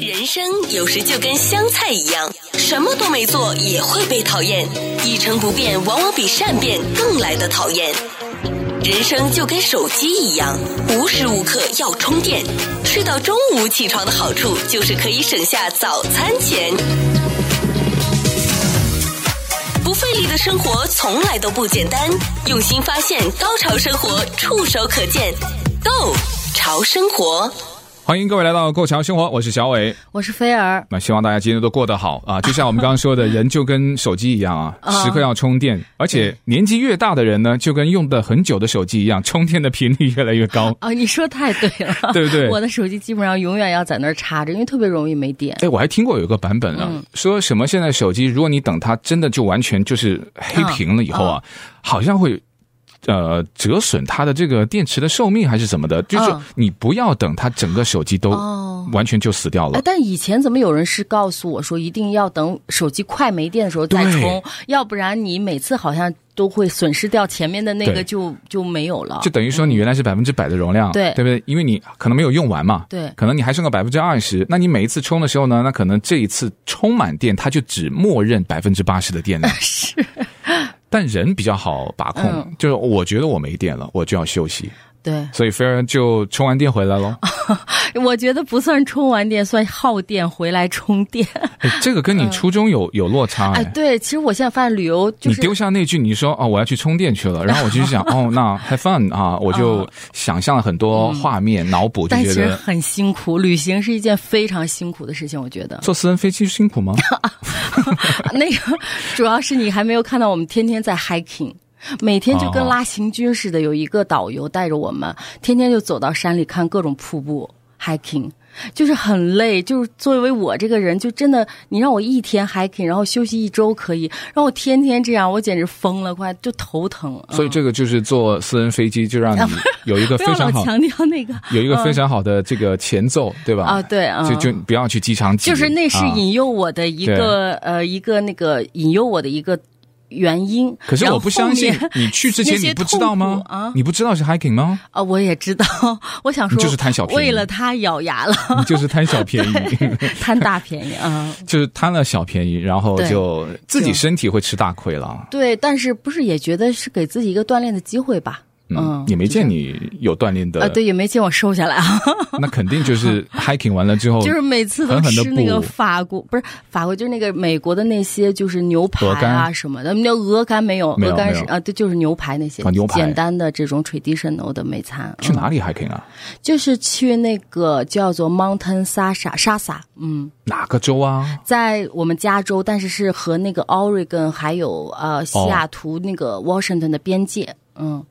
男生有时就跟香菜一样，什么都没做也会被讨厌，一成不变往往比善变更来的讨厌。人生就跟手机一样，无时无刻要充电。睡到中午起床的好处就是可以省下早餐钱。不费力的生活从来都不简单，用心发现，高潮生活触手可见 Go 潮生活。欢迎各位来到《过桥生活》，我是小伟。我是菲儿，。那希望大家今天都过得好啊！就像我们刚刚说的，人就跟手机一样啊，时刻要充电。而且年纪越大的人呢，就跟用的很久的手机一样，充电的频率越来越高 啊，你说太对 了，对不对我的手机基本上永远要在那儿插着，因为特别容易没电。哎，我还听过有一个版本啊，嗯说什么现在手机，如果你等它真的就完全就是黑屏了以后嗯啊，好像会。呃，折损它的这个电池的寿命还是怎么的？就是说嗯你不要等它整个手机都哦完全就死掉了哎，。但以前怎么有人是告诉我说一定要等手机快没电的时候再对充，要不然你每次好像都会损失掉前面的那对个就就没有了就。等于说你原来是百分之百的容量，嗯对对不对？因为你可能没有用完嘛，对可能你还剩个百分之二十。那你每一次充的时候呢，那可能这一次充满电，它就只默认百分之八十的电 量。是， 但人比较好把控，嗯就是我觉得我没电了，我就要休息，对，所以菲儿就充完电回来哦喽。我觉得不算充完电，算耗电回来充电。哎这个跟你初衷有有落差嗯哎，哎。对，其实我现在发现旅游就你是丢下那句你说哦我要去充电去了，然后我就 想哦那 have fun 啊，我就想象了很多画面，脑补就嗯但觉其实得。很辛苦，旅行是一件非常辛苦的事情，我觉得坐私人飞机辛苦吗？ 那个主要是你还没有看到我们天天在 hiking。每天就跟哦拉行军似的，有一个导游带着我们，天天就走到山里看各种瀑布 hiking，就是很累。就是作为我这个人，就真的你让我一天 hiking，然后休息一周可以，让我天天这样，我简直疯了，快就头疼。嗯所以这个就是坐私人飞机，就让你有一个 不非要老常好、强嗯调那个有一个非常好的这个前奏，对吧？啊，对啊，就就不要去机场挤，就是那是啊引诱我的一个、呃一个那个引诱我的一个原因。可是然我后不相信后面你去之前那些你不知道痛吗苦？啊你不知道是 hiking 吗？啊、我也知道， 我想说你就是贪小便宜为了他咬牙 了，你就是贪 小便宜，贪大便宜啊。 就是贪了小便宜，然后对就自己就身体会吃大亏了。对，但是不是也觉得是给自己一个锻炼的机会吧？嗯也没见你有锻炼啊、的，对，也没见我瘦下来啊，那肯定就是 hiking 完了之后， 就是每次哦都狠狠地吃那个补法国，不是法国，就是那个美国的那些，就是牛排鹅肝啊什么的。那鹅肝没有，没有鹅肝没是有啊，对，就是牛排那些，啊牛排简单的这种 traditional 的美餐。去嗯哪里 hiking 啊？就是去那个叫做 Mountain Sasha 沙萨，嗯，哪个州啊？在我们加州，但是是和那个 Oregon 还有哦呃西雅图那个 Washington 的边界，嗯。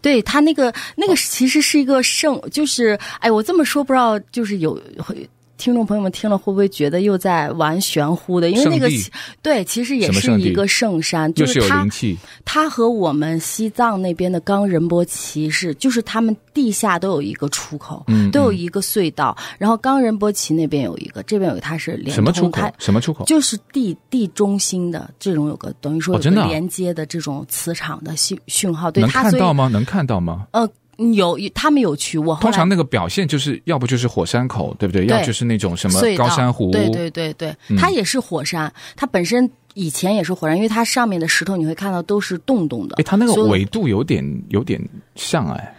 对它那个那哦个其实是一个圣，就是哎，我这么说不知道，就是有会听众朋友们听了会不会觉得又在玩玄乎的？因为那圣个地其对，其实也什么是圣地一个圣山，又就是有它灵气，它和我们西藏那边的冈仁波齐是，就是他们地下都有一个出口，嗯都有嗯一个隧道。然后冈仁波齐那边有一个，这边有一个，它是连什么出通口它？什么出口？就是地地中心的这种有个等于说哦有真的个啊连接的这种磁场的讯讯号，对能它看所以到吗？能看到吗？呃有他们有去，我后通来常那个表现就是要不就是火山口，对不对？对要就是那种什么隧道高山湖，对对对对，嗯它也是火山，它本身以前也是火山，因为它上面的石头你会看到都是洞洞的哎，，它那个所有的纬度有点有点像哎，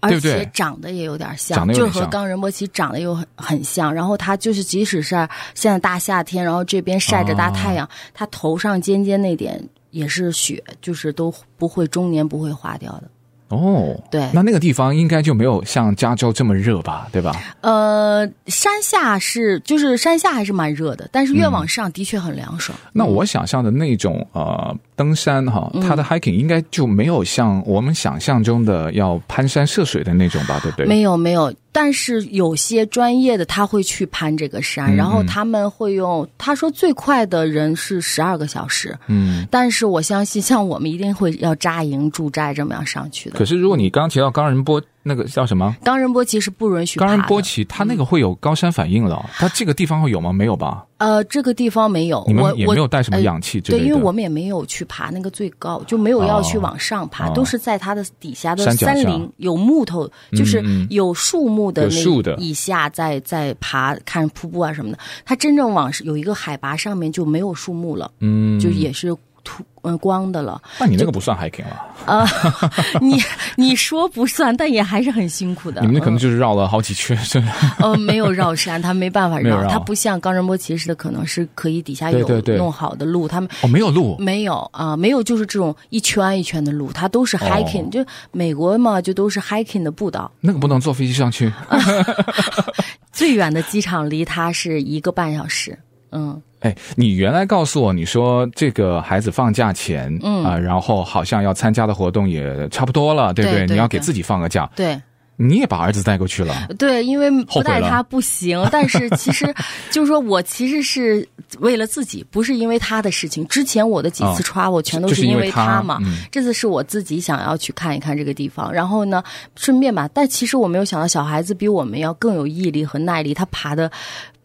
对而不对且长得也有点像，长得有就点是和像冈仁波齐长得又很很像。然后他就是，即使是现在大夏天，然后这边晒哦着大太阳，他头上尖尖那点也是雪，就是都不会终年不会化掉的。哦，对那那个地方应该就没有像加州这么热吧，对吧？呃，山下是就是山下还是蛮热的，但嗯是越往上的确很凉爽。那我想象的那种呃登山哈，嗯它的 hiking 应该就没有像我们想象中的要攀山涉水的那种吧，对不对？没有没有，但是有些专业的他会去攀这个山，嗯然后嗯他们会用他说最快的人是十二个小时，嗯。但是我相信，像我们一定会要扎营驻寨这么样上去的。可是如果你刚刚提到冈仁波那个叫什么？冈仁波齐是不允许爬冈的。仁波齐，它那个会有高山反应了，它这个地方会有吗？没有吧？呃，这个地方没有，你我们也我没有带什么呃氧气之类对，的。因为我们也没有去爬那个最高，就没有要去哦往上爬，哦都是在它的底下的山脚森下林，有木头，就是嗯嗯有树木的有那树的以下在在爬看瀑布啊什么的。它真正往有一个海拔上面就没有树木了，嗯，就也是土呃光的了。 那你那个不算 hiking 了，啊，你你说不算，但也还是很辛苦的。你们那可能嗯就是绕了好几圈，真的。呃， 没有绕山，它没办法没有绕，绕它不像冈仁波齐似的，可能是可以底下对有对对弄好的路，他们 哦，没有路，没有啊、没有就是这种一圈一圈的路，它都是 hiking，、就美国嘛，就都是 hiking 的步道。那个不能坐飞机上去。最远的机场离它是一个半小时。嗯，哎，你原来告诉我，你说这个孩子放假前，嗯啊、然后好像要参加的活动也差不多了，对不对对你要给对自己放个假，对你也把儿子带过去了。对，因为不带后悔他了不行。但是其 实就是说我其实是为了自己，不是因为他的事情。之前我的几次哦 travel 全都就是是因为为他嘛，嗯这次是我自己想要去看一看这个地方，然后呢，顺便吧。但其实我没有想到，小孩子比我们要更有毅力和耐力，他爬的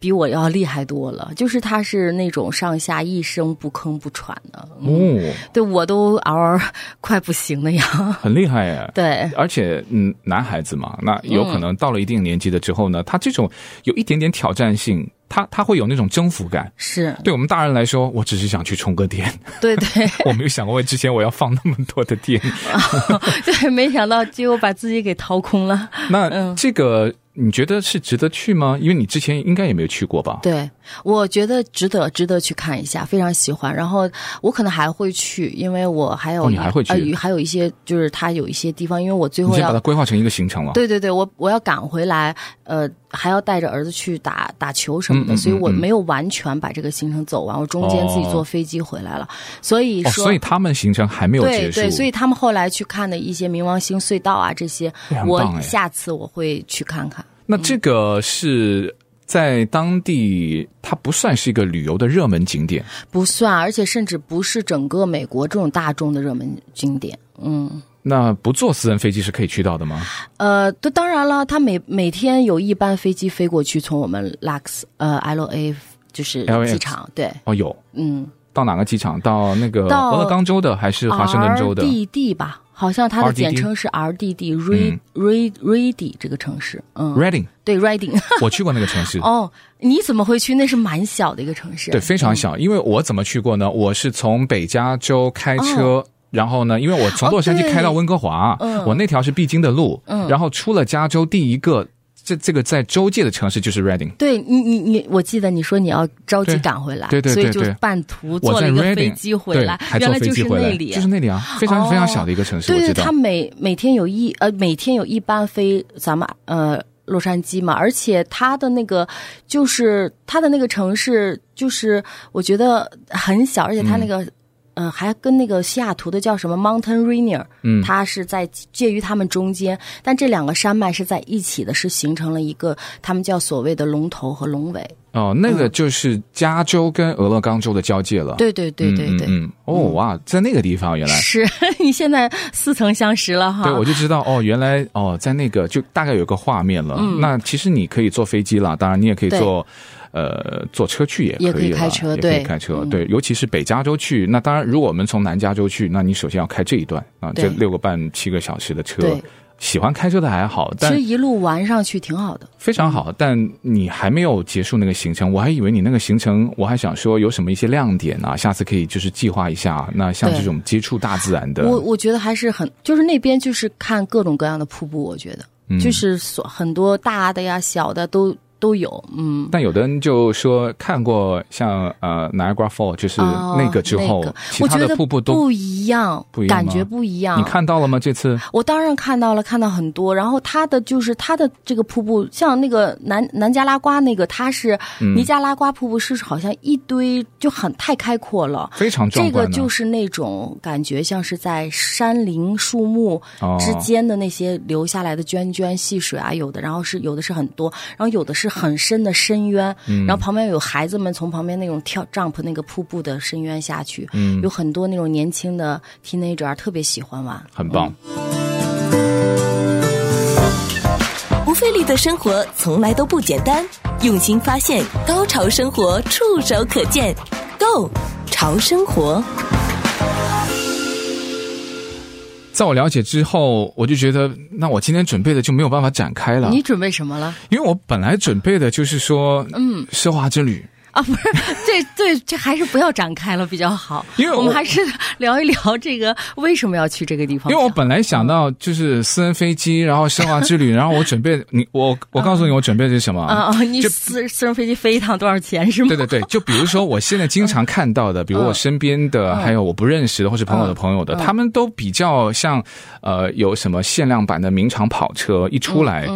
比我要厉害多了。就是他是那种上下一声不吭不喘的，哦，对我都嗷嗷 快不行的样。很厉害哎。对，而且，嗯，男孩子嘛，那有可能到了一定年纪的之后嗯呢，他这种有一点点挑战性，他他会有那种征服感。是，对我们大人来说，我只是想去充个电， 对对我没有想过之前我要放那么多的电。 对，没想到结果把自己给掏空了。 嗯那这个你觉得是值得去吗？因为你之前应该也没有去过吧？ 对，我觉得值得，值得去看一下，非常喜欢。然后我可能还会去，因为我还有哦一、你还会去呃与还有一些就是它有一些地方，因为我最你后先把要它规划成一个行程了。对对对，我我要赶回来，呃，还要带着儿子去打打球什么的，嗯嗯嗯所以我嗯没有完全把这个行程走完，我中间自己坐哦飞机回来了，所以哦，说。所以他们行程还没有对结束。对，所以他们后来去看的一些冥王星隧道啊，这些哎很棒我哎下次我会去看看。那这个是在当地，它不算是一个旅游的热门景点。不算，而且甚至不是整个美国这种大众的热门景点。嗯，那不坐私人飞机是可以去到的吗？呃，都当然了，他每每天有一班飞机飞过去，从我们 LAX 呃 LA 就是 LAX 机场，对，哦，有嗯，到哪个机场？到那个到啊俄勒冈州的还是华盛顿州的？ RDD 吧，好像它的简称是 RDD Red 嗯 Red Ready 这个城市，嗯， Reading，对 Reading。我去过那个城市。哦，你怎么会去？那是蛮小的一个城市，对，非常小。因为我怎么去过呢？我是从北加州开哦车。然后呢？因为我从洛杉矶开到温哥华，嗯我那条是必经的路。然后出了加州，第一个这这个在州界的城市就是 Reading。对你，你你，我记得你说你要着急对赶回来，对对对所以对就半途我坐在了一个 Reading 飞机回来对，还原坐来飞就机是回来，那里，就是那里啊，非常、哦非常小的一个城市，我对对，知道他。每每天有一呃，每天有一班飞咱们呃洛杉矶嘛，而且他的那个就是他的那个城市，就是我觉得很小，而且他那个。嗯呃，还跟那个西雅图的叫什么 Mountain Rainier，嗯它是在介于他们中间，但这两个山脉是在一起的，是形成了一个他们叫所谓的龙头和龙尾。哦，那个就是加州跟俄勒冈州的交界了。嗯对对对嗯对对，嗯嗯哦哇，在那个地方原来。是 你现在似曾相识了哈。对，我就知道哦，原来哦，在那个就大概有个画面了。嗯那其实你可以坐飞机啦，当然你也可以对坐，呃，坐车去也也可可以啦开车也可对嗯以开车。对，尤其是北加州去，那当然，如果我们从南加州去，那你首先要开这一段啊，这对六个半七个小时的车对。喜欢开车的还好，其但实一路玩上去挺好的。非常好，但你还没有结束那个行程，我还以为你那个行程，我还想说有什么一些亮点啊，下次可以就是计划一下。啊那像对这种接触大自然的，我我觉得还是很，就是那边就是看各种各样的瀑布，我觉得、嗯就是所很多大的呀、小的都都有，嗯。但有的人就说看过像呃 Niagara Fall，就是哦那个之后，那个其我他觉的得瀑布都不一样，不一样感吗觉不一样。你，看到了吗？这次我当然看到了，看到很多。然后它的就是它的这个瀑布，像那个南南加拉瓜那个，它是、嗯尼加拉瓜瀑布是好像一堆就很太开阔了，非常壮这观啊个呢、就是那种感觉，像是在山林树木哦之间的那些流下来的涓涓细水啊，有的，然后是有的是很多，然后有的是很深的深渊，嗯然后旁边有孩子们从旁边那种跳 jump 那个瀑布的深渊下去，有很多那种年啊轻的 teenager 特别喜欢玩。很棒。魅力的生活从来都不简单，用心发现，高潮生活触手可见 Go 潮生活。在我了解之后，我就觉得，那我今天准备的就没有办法展开了，嗯你准备什么了？因为我本来准备的就是说，嗯，奢华之旅。啊，不是， 这对这还是不要展开了比较好，因为我我们还是聊一聊这个为什么要去这个地方。因为我本来想嗯到就是私人飞机，然后奢华之 旅，然后我准备你我我告诉你我准备的是什么啊啊，你就私私人飞机飞一趟多少钱是 吗？对对对，就比如说我现在经常看到的，比如我身边的，还有我不认识的，或是朋友的朋友的，他们都比较像，呃，有什么限量版的名厂跑车一出来，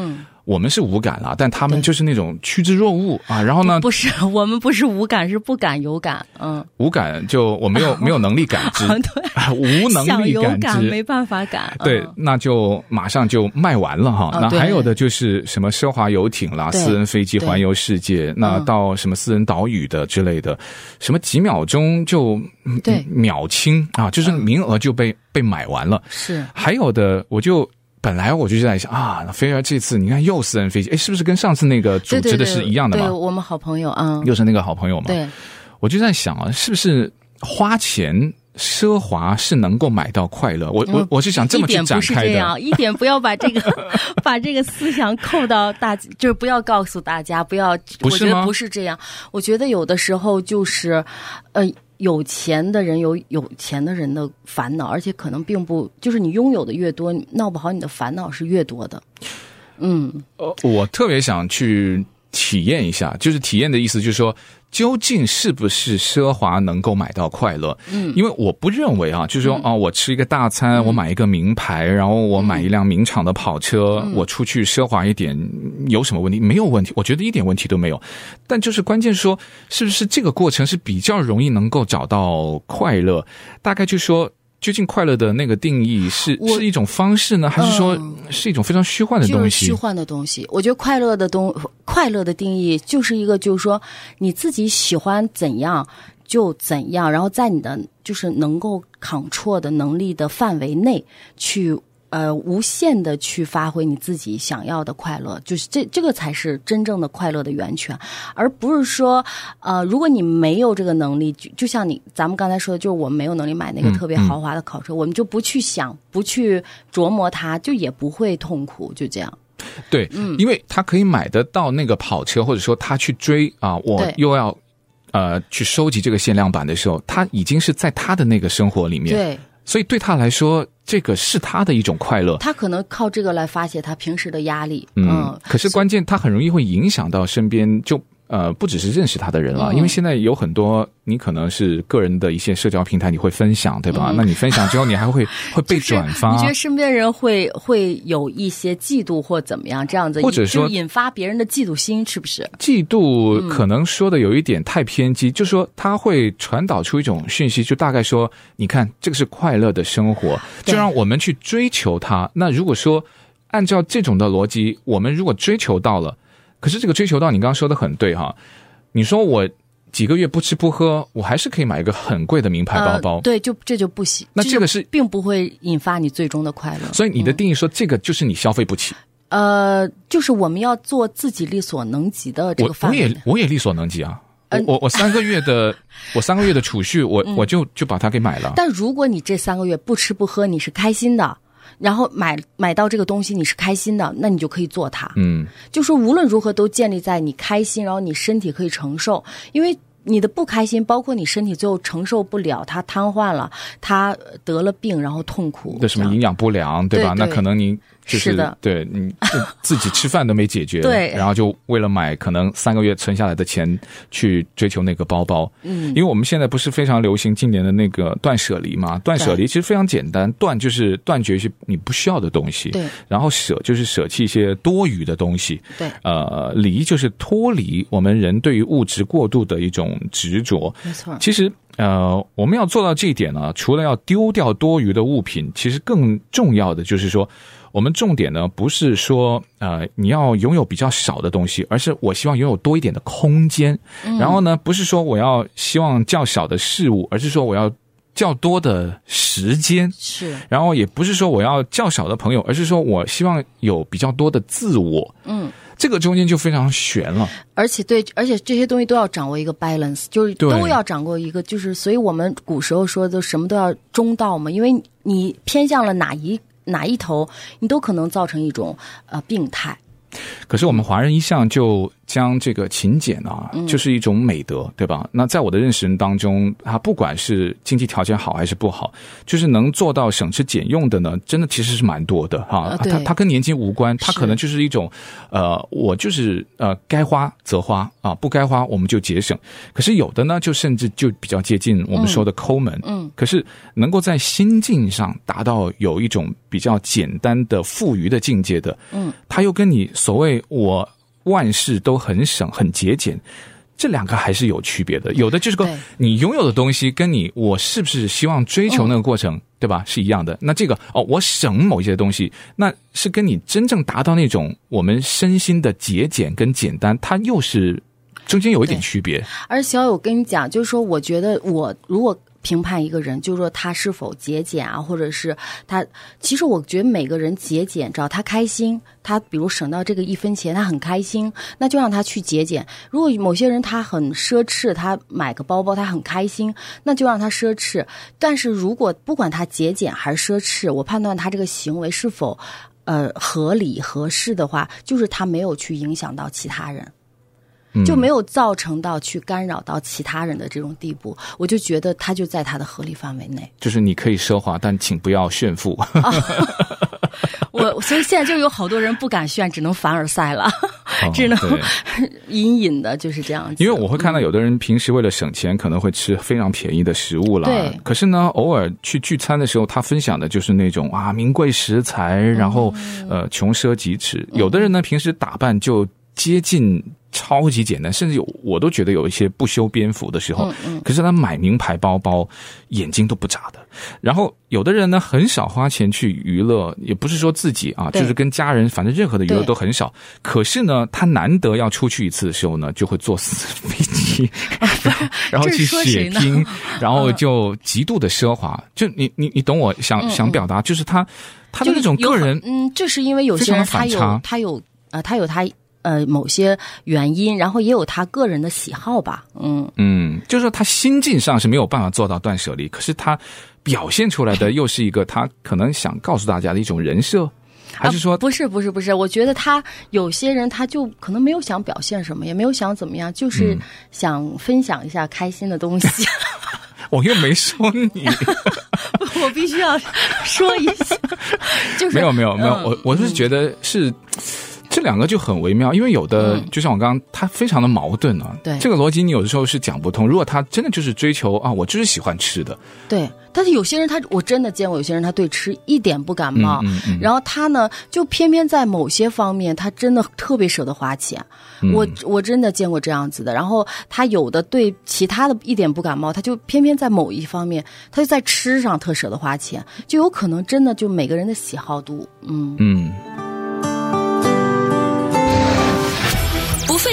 我们是无感啦，但他们就是那种趋之若鹜啊。然后呢，不是，我们不是无感，是不敢有感。嗯，无感就我没有没有能力感 知，啊无能想力有感感知，没办法感。嗯 对，那就马上就卖完了哈。啊那对还有的就是什么奢华游艇啦、对私人飞机对环游世界，那到什么私人岛屿的之类的，什么几秒钟就嗯对秒清啊，就是名额就被、被买完了。是还有的，我就本来我就在想啊，飞儿这次你看又私人飞机，哎，是不是跟上次那个组对对织的对是一样的嘛？对我们好朋友啊，嗯又是那个好朋友嘛？对，我就在想啊，是不是花钱奢华是能够买到快乐？我我我是想这么呃一去点展不是开这的。 样，一点不要把这个 把这个思想扣到大，就是不要告诉大家，不要，不我是觉吗得不是这样。我觉得有的时候就是，呃。有钱的人有有钱的人的烦恼，而且可能并不就是你拥有的越多，闹不好你的烦恼是越多的。嗯，呃，我特别想去体验一下，就是体验的意思，就是说，究竟是不是奢华能够买到快乐？嗯，因为我不认为啊，就是说，嗯啊，我吃一个大餐，我买一个名牌，然后我买一辆名厂的跑车，嗯我出去奢华一点，有什么问题？没有问题，我觉得一点问题都没有。但就是关键说，是不是这个过程是比较容易能够找到快乐？大概就说。究竟快乐的那个定义是我嗯是一种方式呢，还是说是一种非常虚幻的就东是西？虚幻的东西。我觉得快乐的东，快乐的定义就是一个，就是说你自己喜欢怎样就怎样，然后在你的就是能够 control 的能力的范围内去。呃，无限的去发挥你自己想要的快乐，就是这这个才是真正的快乐的源泉，而不是说，呃，如果你没有这个能力，就就像你咱们刚才说的，就是我们没有能力买那个嗯特别嗯豪华的跑车，我们就不去想，不去琢磨它，就也不会痛苦，就这样。对，嗯因为他可以买得到那个跑车，或者说他去追啊，我对又要呃去收集这个限量版的时候，他已经是在他的那个生活里面，对所以对他来说，这个是他的一种快乐。他可能靠这个来发泄他平时的压力。嗯，可是关键他很容易会影响到身边就。呃，不只是认识他的人了，嗯因为现在有很多你可能是个人的一些社交平台，你会分享，对吧？那你分享之后，你还会会被嗯就是转发你觉，得身边人会会有一些嫉妒或怎么样这样子，或者就说引发别人的嫉妒心，是不是？嫉妒嗯可能说的有一点太偏激，就说它会传导出一种讯息，就大概说，你看这个是快乐的生活，对就让我们去追求它。那如果说按照这种的逻辑，我们如果追求到了，可是这个追求到，你刚刚说的很对哈，你说我几个月不吃不喝，我还是可以买一个很贵的名牌包包。呃、对，就这就不行。那这个是就并不会引发你最终的快乐。所以你的定义说，这个就是你消费不起，呃，就是我们要做自己力所能及的这个我范我围呃也内。我也力所能及啊，我我我三个月的我三个月的储蓄，我我就就把它给买了。嗯但如果你这三个月不吃不喝，你是开心的，然后买买到这个东西你是开心的，那你就可以做它。嗯，就是无论如何都建立在你开心，然后你身体可以承受，因为。你的不开心，包括你身体最后承受不了，他瘫痪了，他得了病，然后痛苦。的什么这样营养不良，对吧？对对那可能你就是是的对你自自己吃饭都没 解决，对然后就为了买可能三个月存下来的钱去追求那个包包，嗯，因为我们现在不是非常流行今年的那个断舍离嘛？断舍离其实非常简单，断就是断绝一些你不需要的东西，对，然后舍就是舍弃一些多余的东西，对呃，离就是脱离我们人对于物质过度的一种执着，没错，其实，呃，我们要做到这一点呢，除了要丢掉多余的物品，其实更重要的就是说，我们重点呢不是说，呃，你要拥有比较少的东西，而是我希望拥有多一点的空间。然后呢，不是说我要希望较小的事物，而是说我要较多的时间，是，然后也不是说我要较少的朋友，而是说我希望有比较多的自我。嗯，这个中间就非常悬了。而且对，而且这些东西都要掌握一个 balance，就是对都要掌握一个，就是所以我们古时候说的什么都要中道嘛，因为你偏向了哪一哪一头，你都可能造成一种呃病态。可是我们华人一向就将这个勤俭啊，嗯就是一种美德，对吧？那在我的认识当中，他不管是经济条件好还是不好，就是能做到省吃俭用的呢，真的其实是蛮多的哈、啊对他他跟年纪无关，他是可能就是一种，呃，我就是呃，该花则花啊，不该花我们就节省。可是有的呢，就甚至就比较接近我们说的抠门，嗯，可是能够在心境上达到有一种比较简单的富余的境界的，嗯，他又跟你所谓我万事都很省很节俭。这两个还是有区别的，有的就是个对你拥有的东西跟你我是不是希望追求那个过嗯程，对吧？是一样的。那这个哦，我省某些东西，那是跟你真正达到那种我们身心的节俭跟简单，它又是中间有一点对区别。而小友，我跟你讲，就是说，我觉得我如果评判一个人，就是说他是否节俭啊，或者是他，其实我觉得每个人节俭，只要他开心，他比如省到这个一分钱，他很开心，那就让他去节俭。如果某些人他很奢侈，他买个包包他很开心，那就让他奢侈。但是如果不管他节俭还是奢侈，我判断他这个行为是否。呃，合理合适的话，就是他没有去影响到其他人。嗯就没有造成到去干扰到其他人的这种地步，我就觉得他就在他的合理范围内。就是你可以奢华，但请不要炫富。 哦我所以现在就有好多人不敢炫，只能凡尔赛了， 只能哦对隐隐的就是这样子。因为我会嗯看到有的人平时为了省钱，可能会吃非常便宜的食物啦。对可是呢，偶尔去聚餐的时候，他分享的就是那种啊名贵食材，然后、嗯呃穷奢极侈。有的人呢，平时打扮就接近。超级简单，甚至有我都觉得有一些不修边幅的时候。嗯可是他买名牌包包，眼睛都不眨的。然后有的人呢，很少花钱去娱乐，也不是说自己啊，对就是跟家人，反正任何的娱乐对都很少。可是呢，他难得要出去一次的时候呢，就会坐私飞 机，然后然后这去是说血谁呢拼， 然后就极度的奢华。就你你你懂我想想表达，就是他他的嗯就是那种有个人很嗯，就是因为有些人非常他的反差有他有呃他有他呃某些原因，然后也有他个人的喜好吧，嗯，嗯，就是说他心境上是没有办法做到断舍离，可是他表现出 来的又是一个他可能想告诉大家的一种人设，还是啊、说不是不是不是？我觉得他有些人他就可能没有想表现什么，也没有想怎么样，嗯就是想分享一下开心的东 西。我又没说你？ 我必须要说一下，就是 没有没有没有，嗯我我是觉得是。这两个就很微妙，因为有的、就像我刚刚，他非常的矛盾啊。嗯对这个逻辑你有的时候是讲不通。如果他真的就是追求啊，我就是喜欢吃的，对，但是有些人他我真的见过有些人他对吃一点不感冒，嗯嗯然后他呢就偏偏在某些方面他真的特别舍得花钱，嗯我我真的见过这样子的。然后他有的对其他的一点不感冒，他就偏偏在某一方面他就在吃上特舍得花钱，就有可能真的就每个人的喜好度，嗯，嗯。不费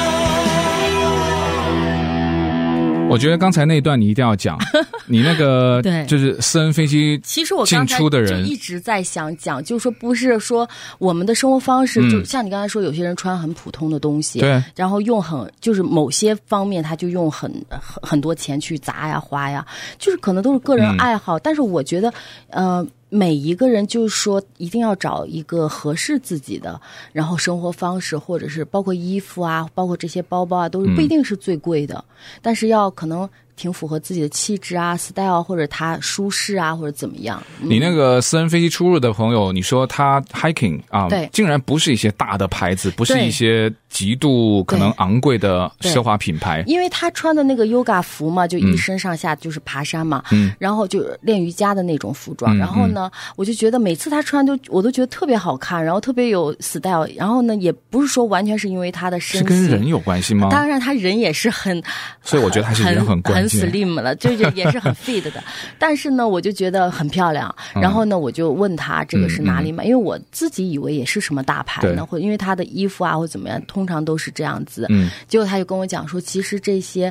活。我觉得刚才那一段你一定要讲，你那个 对就是私人飞机其实我刚进才出的就人一直在想讲，就是说不是说我们的生活方式，嗯就像你刚才说，有些人穿很普通的东西，对然后用很就是某些方面他就用很很很多钱去砸呀花呀，就是可能都是个人爱好，但是我觉得，呃。每一个人就是说，一定要找一个合适自己的，然后生活方式，或者是包括衣服啊，包括这些包包啊，都是不一定是最贵的，但是要可能挺符合自己的气质啊、style，啊或者他舒适啊，或者怎么样。你那个私人飞机出入的朋友，你说他 hiking 啊对，竟然不是一些大的牌子，不是对一些极度可能对昂贵的对奢华品牌，因为他穿的那个 yoga 服嘛，就一身上下就是爬山嘛，嗯然后就练瑜伽的那种服装。嗯然后呢，我就觉得每次他穿就我都觉得特别好看，然后特别有 style。然后呢，也不是说完全是因为他的身是跟形人有关系吗？当然，他人也是很，所以我觉得还是人很很关姐 slim 了，就是也 是很 fit 的。但是呢，我就觉得很漂亮。嗯然后呢，我就问他这个是哪里买，因为我自己以为也是什么大牌对呢，或者因为他的衣服啊或怎么样，通常都是这样子。嗯，结果他就跟我讲说，其实这些。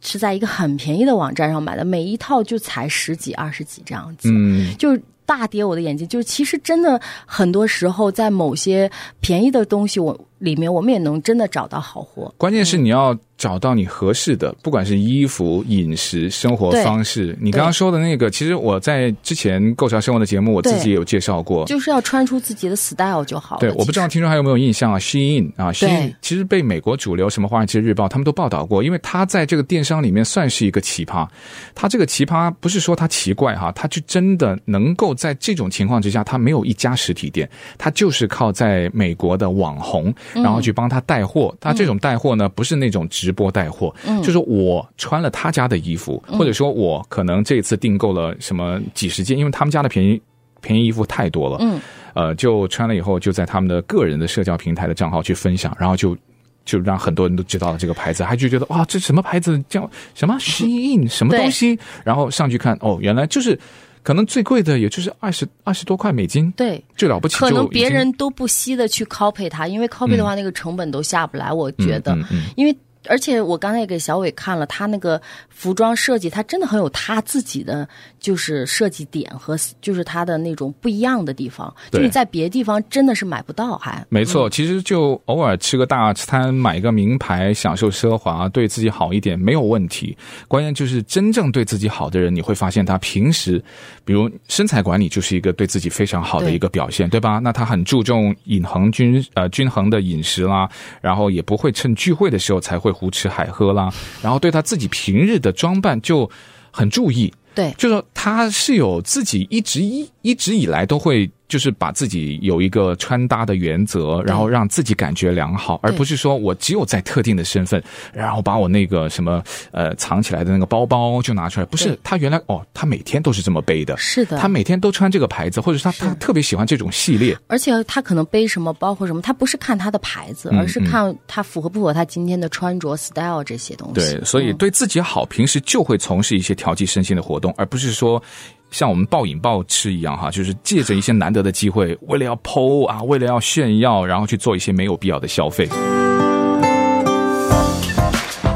是在一个很便宜的网站上买的，每一套就才十几、二十几这样子。嗯，就是大跌我的眼睛。就是其实真的很多时候，在某些便宜的东西我里面，我们也能真的找到好货。关键是你要找到你合适的，不管是衣服、饮食、生活对方式。你刚刚说的那个，其实我在之前购潮生活的节目，我自己对也有介绍过。就是要穿出自己的 style 就好了。对，我不知道听众还有没有印象啊，Shein 啊，Shein 对其实被美国主流什么《华尔街日报》他们都报道过，因为他在这个电商里面算是一个奇葩。他这个奇葩不是说他奇怪哈，他就真的能够在这种情况之下，他没有一家实体店，他就是靠在美国的网红，嗯然后去帮他带货。他这种带货呢，不是那种直播带货，嗯就是我穿了他家的衣服，或者说我可能这次订购了什么几十件，因为他们家的便宜便宜衣服太多了，嗯，呃，就穿了以后就在他们的个人的社交平台的账号去分享，然后就。就让很多人都知道了这个牌子，还就觉得哇，这什么牌子叫什么 Shein 什么东西？然后上去看，哦，原来就是可能最贵的也就是二十二十多块美金，对。最了不起就可能已别经人都不惜的去 copy 它，因为 copy 的话，那个成本都下不来。我觉得，嗯嗯因为而且我刚才也给小伟看了他那个服装设计，他真的很有他自己的就是设计点和就是他的那种不一样的地方，就对嗯你在别的地方真的是买不到，还没错，其实就偶尔吃个大餐，买个名牌，享受奢华，对自己好一点没有问题。关键就是真正对自己好的人，你会发现他平时，比如身材管理就是一个对自己非常好的对一个表现，对吧？那他很注重饮衡均呃均衡的饮食啦，然后也不会趁聚会的时候才会胡吃海喝啦，然后对他自己平日的装扮就很注意。对。就说他是有自己一直一一直以来都会就是把自己有一个穿搭的原则，然后让自己感觉良好，而对不是说我只有在特定的身份，然后把我那个什么呃藏起来的那个包包就拿出来。不是对，他原来哦，他每天都是这么背的，是的，他每天都穿这个牌子，或者是他他特别喜欢这种系列。而且他可能背什么包或什么，他不是看他的牌子，嗯而是看他符合不符合他今天的穿着 style 这些东西。嗯对，所以对自己好，平时就会从事一些调剂身心的活动，而不是说像我们暴饮暴吃一样哈，就是借着一些难得的机会，为了要剖啊，为了要炫耀，然后去做一些没有必要的消费。嗯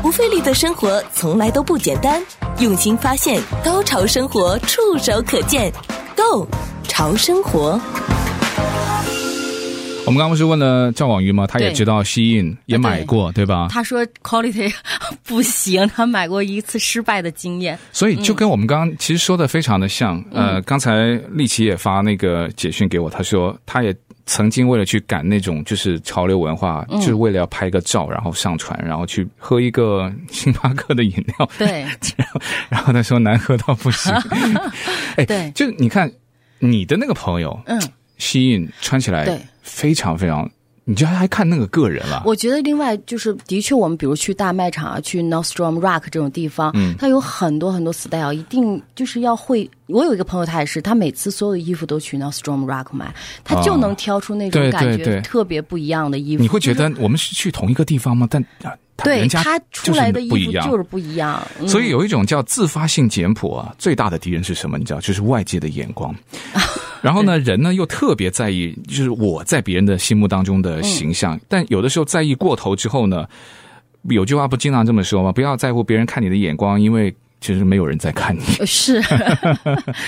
不费力的生活从来都不简单，用心发现，高潮生活触手可见 g o 潮生活，我们刚刚不是问了赵广瑜吗？他也对知道吸引，也买过，对吧？他说 quality 不行，他买过一次失败的 经验。所以就跟我们刚刚其实说的非常的像。嗯呃，刚才丽琪也发那个简讯给我，她说她也曾经为了去赶那种就是潮流文化，嗯就是为了要拍个照，然后上传，然后去喝一个星巴克的饮料，对，然后 然后她说难喝到不 行。哎，对就你看你的那个朋友嗯，吸引穿起来对非常非常，你就还看那个个人了。我觉得另外就是，的确，我们比如去大卖场啊，去 Nordstrom Rack 这种地方，嗯它有很多很多 style，一定就是要会。我有一个朋友，他也是，他每次所有的衣服都去 Nordstrom Rack 买，他就能挑出那对种感啊对对觉特别不一样的衣服。你会觉就是得我们是去同一个地方吗？但啊，他对人家他就出是来的衣不一服样，就是不一样，嗯所以有一种叫自发性简朴啊，最大的敌人是什么？你知道，就是外界的眼 光。然后呢，人呢又特别在意，就是我在别人的心目当中的形嗯象，但有的时候在意过头之后呢，有句话不经常这么说吗？不要在乎别人看你的眼光，因为其实没有人在看 你，呃是，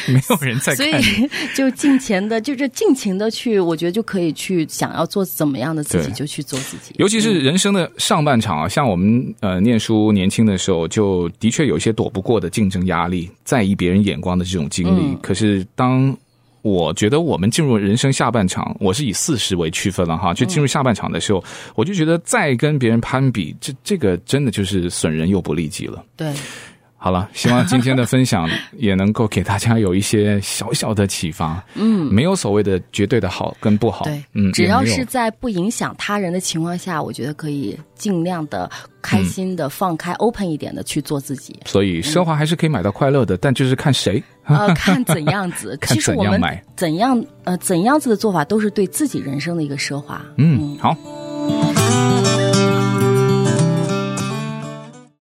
没有人在所看你。以 就尽情的，就是尽情的去，我觉得就可以去想要做怎么样的自己对就去做自己。尤其是人生的上半场啊，像我们呃念书年轻的时候，就的确有一些躲不过的竞争压力，在意别人眼光的这种经历。嗯可是当我觉得我们进入人生下半场，我是以四十为区分了嗯哈，就进入下半场的时候，我就觉得再跟别人攀比，这这个真的就是损人又不利己了。对，好了，希望今天的分享也能够给大家有一些小小的启发。嗯，没有所谓的绝对的好跟不好。对，嗯，只也要没有。是在不影响他人的情况下，我觉得可以尽量的开心的、放开、open 一点的去做自己 所以奢华还是可以买到快乐的，但就是看谁。呃，看怎样 子，看其实怎我样们买怎样呃怎样子的做法，都是对自己人生的一个奢华。嗯，好，